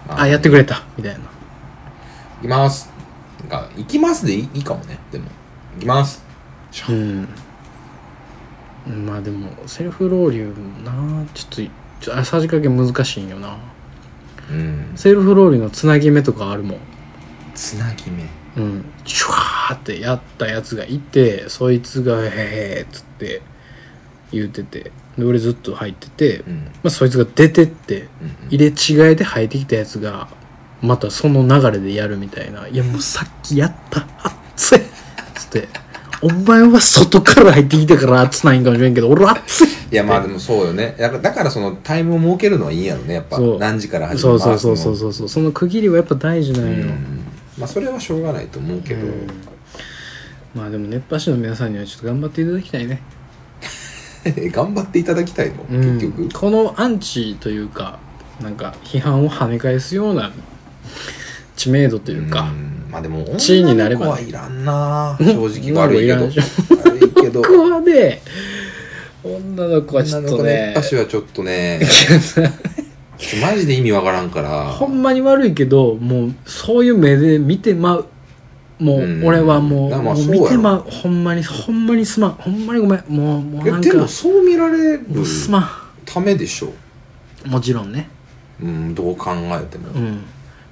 あやってくくれた」みたいな行きますが行きますでいいいいかもねでも行きますうんまあでもセルフロウリュもなちょっとちょっとさじ加減難しいんよなうんセルフロウリュのつなぎ目とかあるもんつなぎ目うんシュワーってやったやつがいてそいつが「へへ」っつって言うててで俺ずっと入ってて、うんうんまあ、そいつが出てってうん入れ違えで入ってきたやつがまたその流れでやるみたいないやもうさっきやった熱いっつってお前は外から入ってきたから熱ないんかもしれんけど俺は熱いいやまあでもそうよねやっぱだからそのタイムを設けるのはいいんやろねやっぱそう何時から始まそるうそうそうそううそうそうその区切りはやっぱ大事なんよ、んまあそれはしょうがないと思うけど、うんまあでも熱波師の皆さんにはちょっと頑張っていただきたいね、頑張っていただきたいの、うん、結局このアンチというかなんか批判を跳ね返すような知名度というか、んまあでも地位になれば女の子はいらん (laughs) な正直悪いけ女どの子いらんでし悪いけど僕はね女の子はち女ょっの子とのねやっぱしはちょっとねちょマジで意味わからんからほんまに悪いけどもうそういう目で見てまうもううん俺はもう,、まあまあもうそうやろ見てまうほんまにほんまにすまんほんまにごめんもうもうえなんでかもそう見られるもうすまんためでしょもちろんねうんどう考えてもうん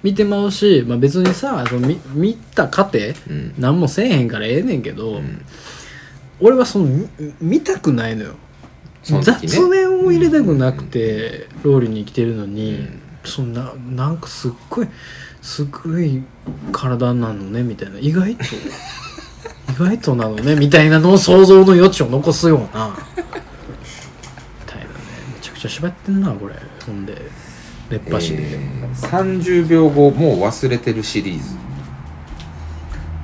見てまうし、まあ、別にさその見見た過程うん何もせえへんからええねんけど、うん俺はそのみ見たくないのよその時ね雑念を入れたくなくて、ローリーに来てるのに、うんそんななんかすっごいすっごい体なのねみたいな意 (laughs) 外と意外となのねみたいなのを想像の余地を残すよう (laughs) なみたいなねめちゃくちゃ縛ってんなこれほんで熱え波師で、ー30秒後もう忘れてるシリーズ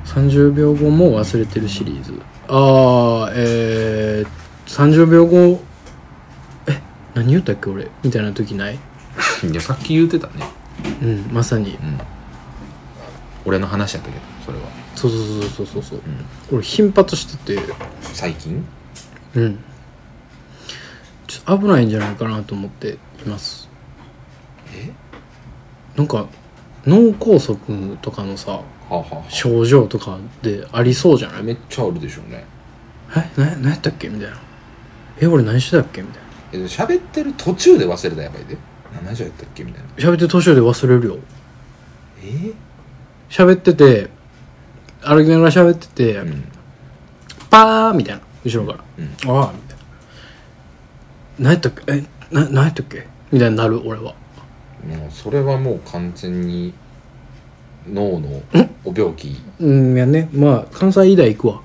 30秒後も忘れてるシリーズああえー、30秒後え何言ったっけ俺みたいな時 (laughs) ないいやさっき言うてたねうんまさにうん俺の話やったけどそれはそうそうそうそうそうそううん俺頻発してて最近うんちょっと危ないんじゃないかなと思っていますえなんか脳梗塞とかのさはあはあは症状とかでありそうじゃなあいめっちゃあるでしょうねえな何やったっけみたいなえ俺何してたっけみたいなえでも喋ってる途中で忘れたらやばいで何時やったっけみたいな喋ってる途中で忘れるよえ喋ってて歩きながら喋ってて、うんパーみたいな後ろからうん「ああ」みたいな「何やったっけえな何やったっけ?」みたいになる俺はもうそれはもう完全に脳のお病気うんいやねまあ関西医大行く (laughs) わ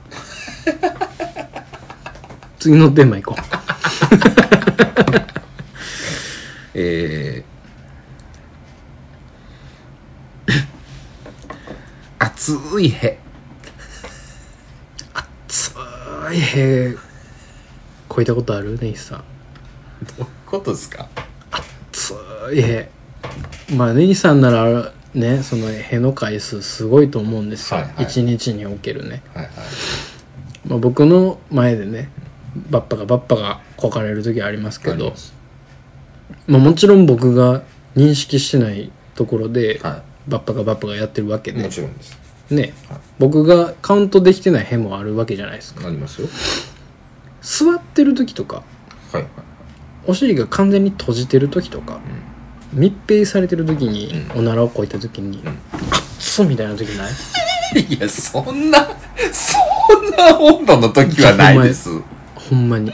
次のテーマ行こうえ (laughs) ー、熱いへつーいへー超えたことあるネイスさんどういうことですかつーいへーまあネイスさんならねそのへの回数すごいと思うんですよ、はいはい一日におけるねはいはいまあ、僕の前でねバッパがバッパがこかれる時ありますけありどますまあ、もちろん僕が認識してないところで、はバッパがバッパがやってるわけいもで、ちろんですねはい僕がカウントできてない辺もあるわけじゃないですかなりますよ座ってる時とかはいはいお尻が完全に閉じてる時とか密閉されてる時に、うおならをこいた時に、んあっつみたいな時ない (laughs) いやそんなそんな温度の時はないですほんまに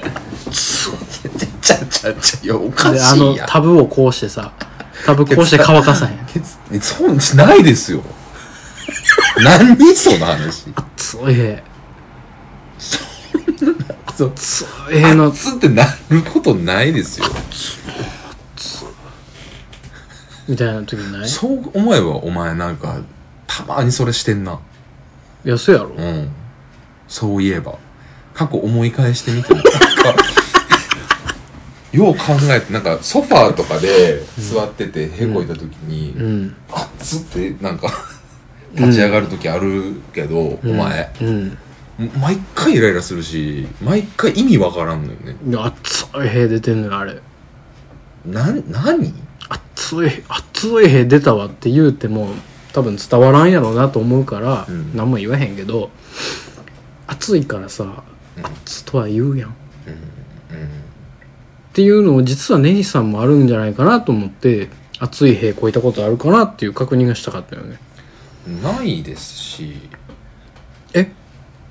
つ (laughs) ちちゃちゃちゃいやおかであしのいやんタブをこうしてさタブこうして乾かさへんえそうないですよ (laughs) 何その話つえそんなつえのつってなることないですよみたいな時ないそう思えばお前なんかたまにそれしてんないやそうやろうんそういえば過去思い返してみても (laughs) なんかよう考えてなんかソファーとかで座っててへこいた時に、うんあっつってなんか (laughs) 立ち上がる時あるけど、お前うん毎回イライラするし毎回意味わからんのよねいや熱い兵出てんのよあれなん何熱い熱い兵出たわって言うても多分伝わらんやろうなと思うから、うん何も言わへんけど熱いからさうん熱とは言うやんっうんていうのを実はネギさんもあるんじゃないかなと思って熱い兵超えたことあるかなっていう確認がしたかったよねないですしえ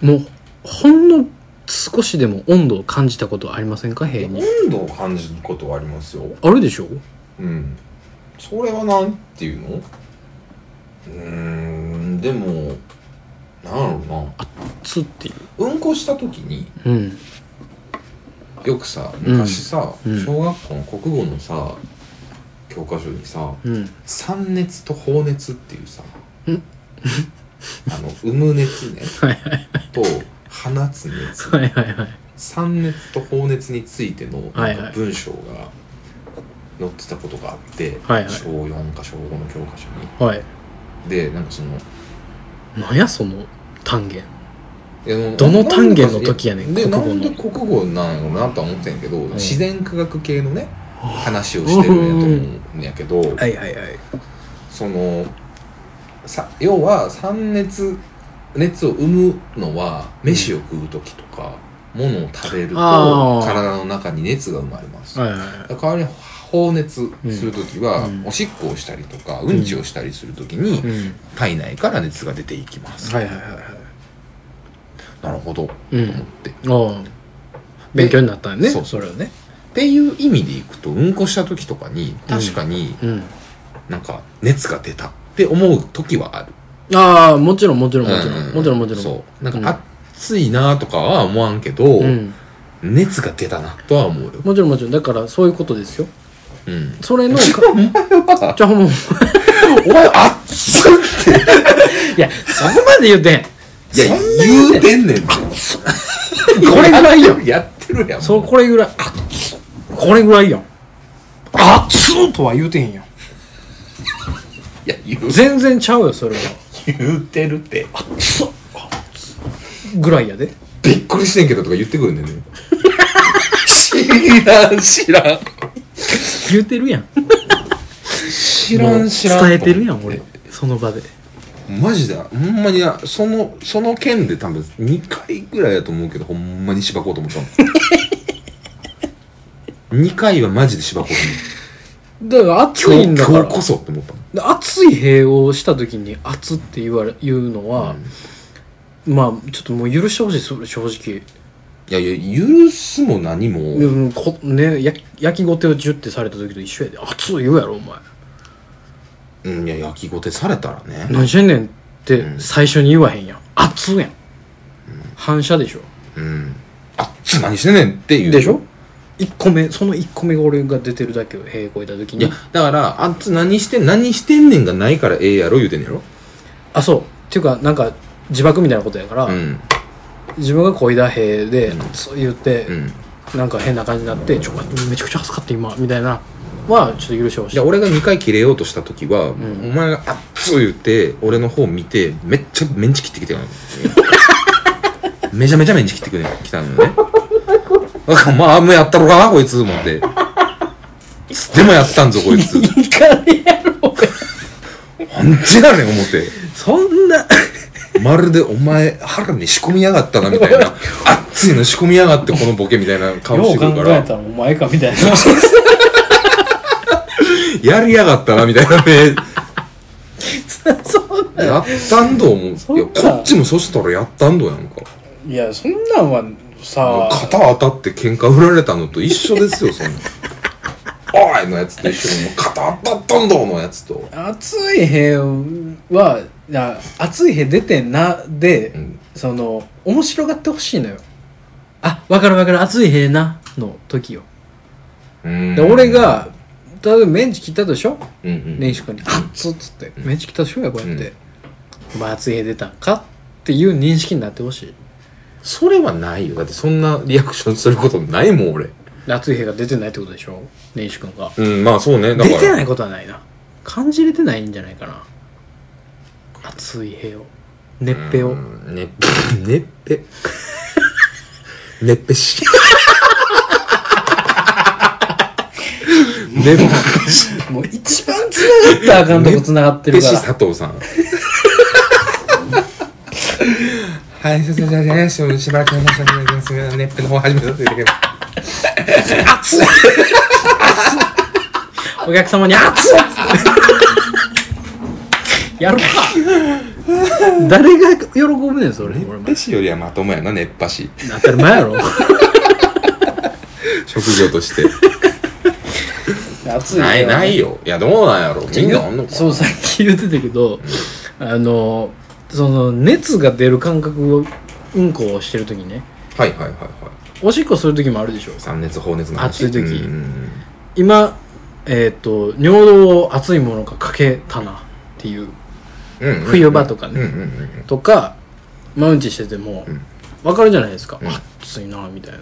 もうほんの少しでも温度を感じたことはありませんか兵に温度を感じることはありますよあるでしょうんそれはなんていうのうーんでもなんやろうな熱っていううんこした時にうんよくさ昔さ、うんうん小学校の国語のさ教科書にさうん「酸熱と放熱」っていうさんあの産む熱ねはいはいと放つ熱はいはいはい酸熱と放熱についてのはないんはかい文章が載ってたことがあって、はいはい小4か小5の教科書にはいでなんかそのなんやその単元いやもうどの単元の時やねんで国語なのんで国語なんやろうなとは思ってんやけど、ん自然科学系のね話をしてるんやと思うんやけど、いはいはいそのさ要は酸熱熱を生むのは飯を食う時とか、物を食べるとあー体の中に熱が生まれます、はいはい代わりに放熱するときは、うんおしっこをしたりとかうんちをしたりするときに、うん体内から熱が出ていきます、はいはいはいはいなるほど、うんと思ってっああ勉強になったんやねそうれはねていう意味でいくとうんこしたときとかに確かにうんなんか熱が出たって思うときはある、ああもちろんもちろんもちろうんもちろんもちろんそうなんか暑いなとかは思わんけど、うん熱が出たなとは思うよ、もちろんもちろんだからそういうことですようん、それの (laughs) かはじゃあもうお前熱っいやそこまで言うてんいや言うてんねん (laughs) てこれぐらいよやってるやんそうこれぐらいあこれぐらいやんあっつーとは言うてへんやんいや言う全然ちゃうよそれは言うてるってつあつぐらいやでびっくりしてんけどとか言ってくるねんね知らん知らん言うてるやん知もう伝えてるやん俺その場でマジだほんまになそのその件で多分2回ぐらいだと思うけどほんまにしばこうと思 (laughs) ったの2回はマジでしばこうだから暑と思いったんだ今日から今日こそって思ったので熱い塀をした時に「熱」って言われ言うのは、まあちょっともう許してほしいそれ正直いやいや許すも何もでもこ、ね、や焼きごてをジュッてされた時と一緒やで「熱」言うやろお前うんいや焼きごてされたらね何してんねんってうん最初に言わへんやん「熱」やん反射でしょうんあっつ何してんねんっていうでしょ1個目その1個目が俺が出てるだけを塀越えた時いやにだからあっつ何してん何してんねんがないからええやろ言うてんねやろあそうっていうかなんか自爆みたいなことやから、うん自分がこいだ塀で、そう言って、うんなんか変な感じになって、ちょめちゃくちゃ暑かった今みたいなはちょっと許してほしじゃいあ俺が2回切れようとした時は、お前が「あっつ」言って俺の方見てめっちゃメンチ切ってきてるの (laughs) めちゃめちゃメンチ切ってきたのねだからまあもうやったろかこいつ思ってでもやったんぞこいついかねやろなんちやねん思ってそんなまるでお前腹に仕込みやがったなみたいな「あっついの仕込みやがってこのボケ」みたいな顔してくるかららお前かみたいな (laughs) やりやがったなみたいなねそんやったんど思ういそやうかこっちもそしたらやったんどやんかいやそんなんはさあ肩当たって喧嘩売られたのと一緒ですよ、そんな。おいのやつと一緒に、もう肩当たったんだのやつと。熱い兵はいや熱い兵出てんなで、うんその面白がってほしいのよあわかるわかる熱い兵なの時ようんで俺、が例えばメンチ切ったとしょうんうん、年始君に「あっつ」っつって「メンチ切ったとしょやこうやってう「んお前熱い兵出たんか?」っていう認識になってほしいそれはないよ。だってそんなリアクションすることないもん、俺。熱い兵が出てないってことでしょ年始君がうん、まあそうね。だから。出てないことはないな感じれてないんじゃないかな熱い兵を熱兵をうんねっ (laughs) ぺ、ねっぺ。 (laughs) ねっぺし。ねっ (laughs) もう一番つながったらあかんとこつながってぺるかしら佐 (laughs) 藤さん。はい、先生、じゃあ、ね、しばらく話していただきます。ねっぺの方始めさせていただきます。お客様に「熱 (laughs) っ!」やるか誰が喜ぶねんそれ俺ねっぺしよりはまともやな、ねっぱし。当たり前やろ職業 (laughs) として。熱ない、ないよ。いや、どうなんやろ。みんなあんのかなそうさっき言ってたけどあのその熱が出る感覚をうんこをしてる時ねはいはいはいはい。おしっこする時もあるでしょ酸熱、放熱の話。暑い時うんうんうん今えっ、と尿道を熱いものがかけたなっていううんうんうん冬場とかねうんうんうんうんとかマウンチしててもうんわかるじゃないですか、うん暑いなみたいな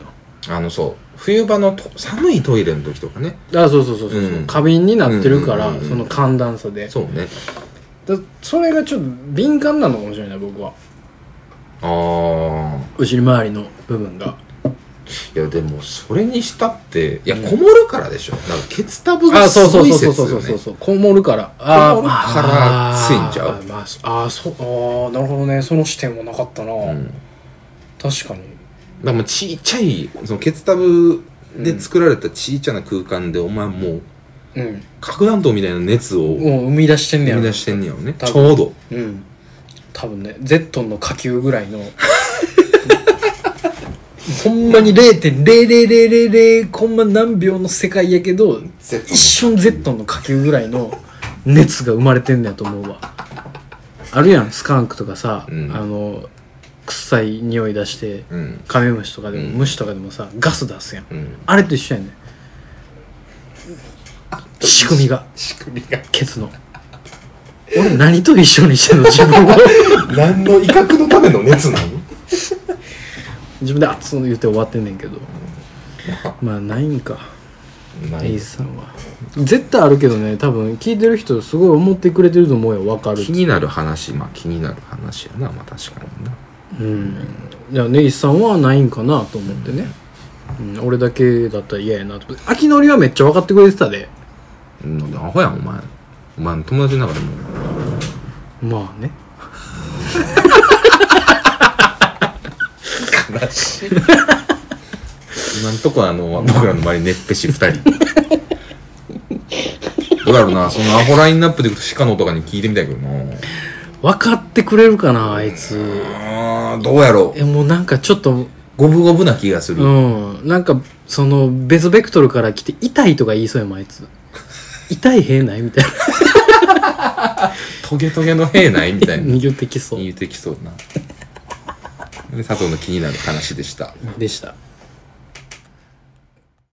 あのそう冬場のと寒いトイレの時とかねあそうそうそうそう、うん過敏になってるから、うんうんうんうんその寒暖差でそうねだそれがちょっと敏感なのかもしれない僕はああ後ろ回りの部分がいやでもそれにしたっていやこもるからでしょなんかケツタブがあすそうそごういそうそうそう説よそうそうねこもるからあこもるからまあついんちゃあうー、まあそ、あーそうあーなるほどねその視点もなかったな、うんだか確かにらもうちっちゃいそのケツタブで作られたちっちゃな空間でお前もううん核弾頭みたいな熱を生もう生み出してんねやろみ出してんねやろね多ち分ょうどうん多分ねゼットンの火球ぐら (laughs) いのほんまに0.00000コンマ何秒の世界やけど一瞬ゼットンの火球ぐらいの熱が生まれてんねやと思うわあるやんスカンクとかさ、うんあの臭い匂い出してうんカメムシとかでも、うん虫とかでもさガス出すやんうんあれと一緒やねん仕組みが仕組みがケツの俺何と一緒にしてんの自分を何の威嚇のための熱なの自分で熱っ言って終わってんねんけどまあないんかなエイジさんは絶対あるけどね多分聞いてる人すごい思ってくれてると思うよ分かる気になる話まあ気になる話やなまあ確かになうんいやネイさんはないんかなと思ってね、うん、俺だけだったら嫌やなと思って秋のりはめっちゃ分かってくれてたでうんアホやんお前お前の友達の中でもまあね今んとこあの僕らの周り熱っぺし2人 (laughs) どうだろうなそのアホラインナップでいくと鹿のとかに聞いてみたいけどな分かってくれるかなあいつあーどうやろうえもうなんかちょっと五分五分な気がする、うんなんかその別ベクトルから来て痛いとか言いそうやもんあいつ痛い兵ないみ (laughs) たいトゲトゲの兵ないみたいな (laughs) な言ってきそう言うてきそうなで佐藤の気になる話でしたでした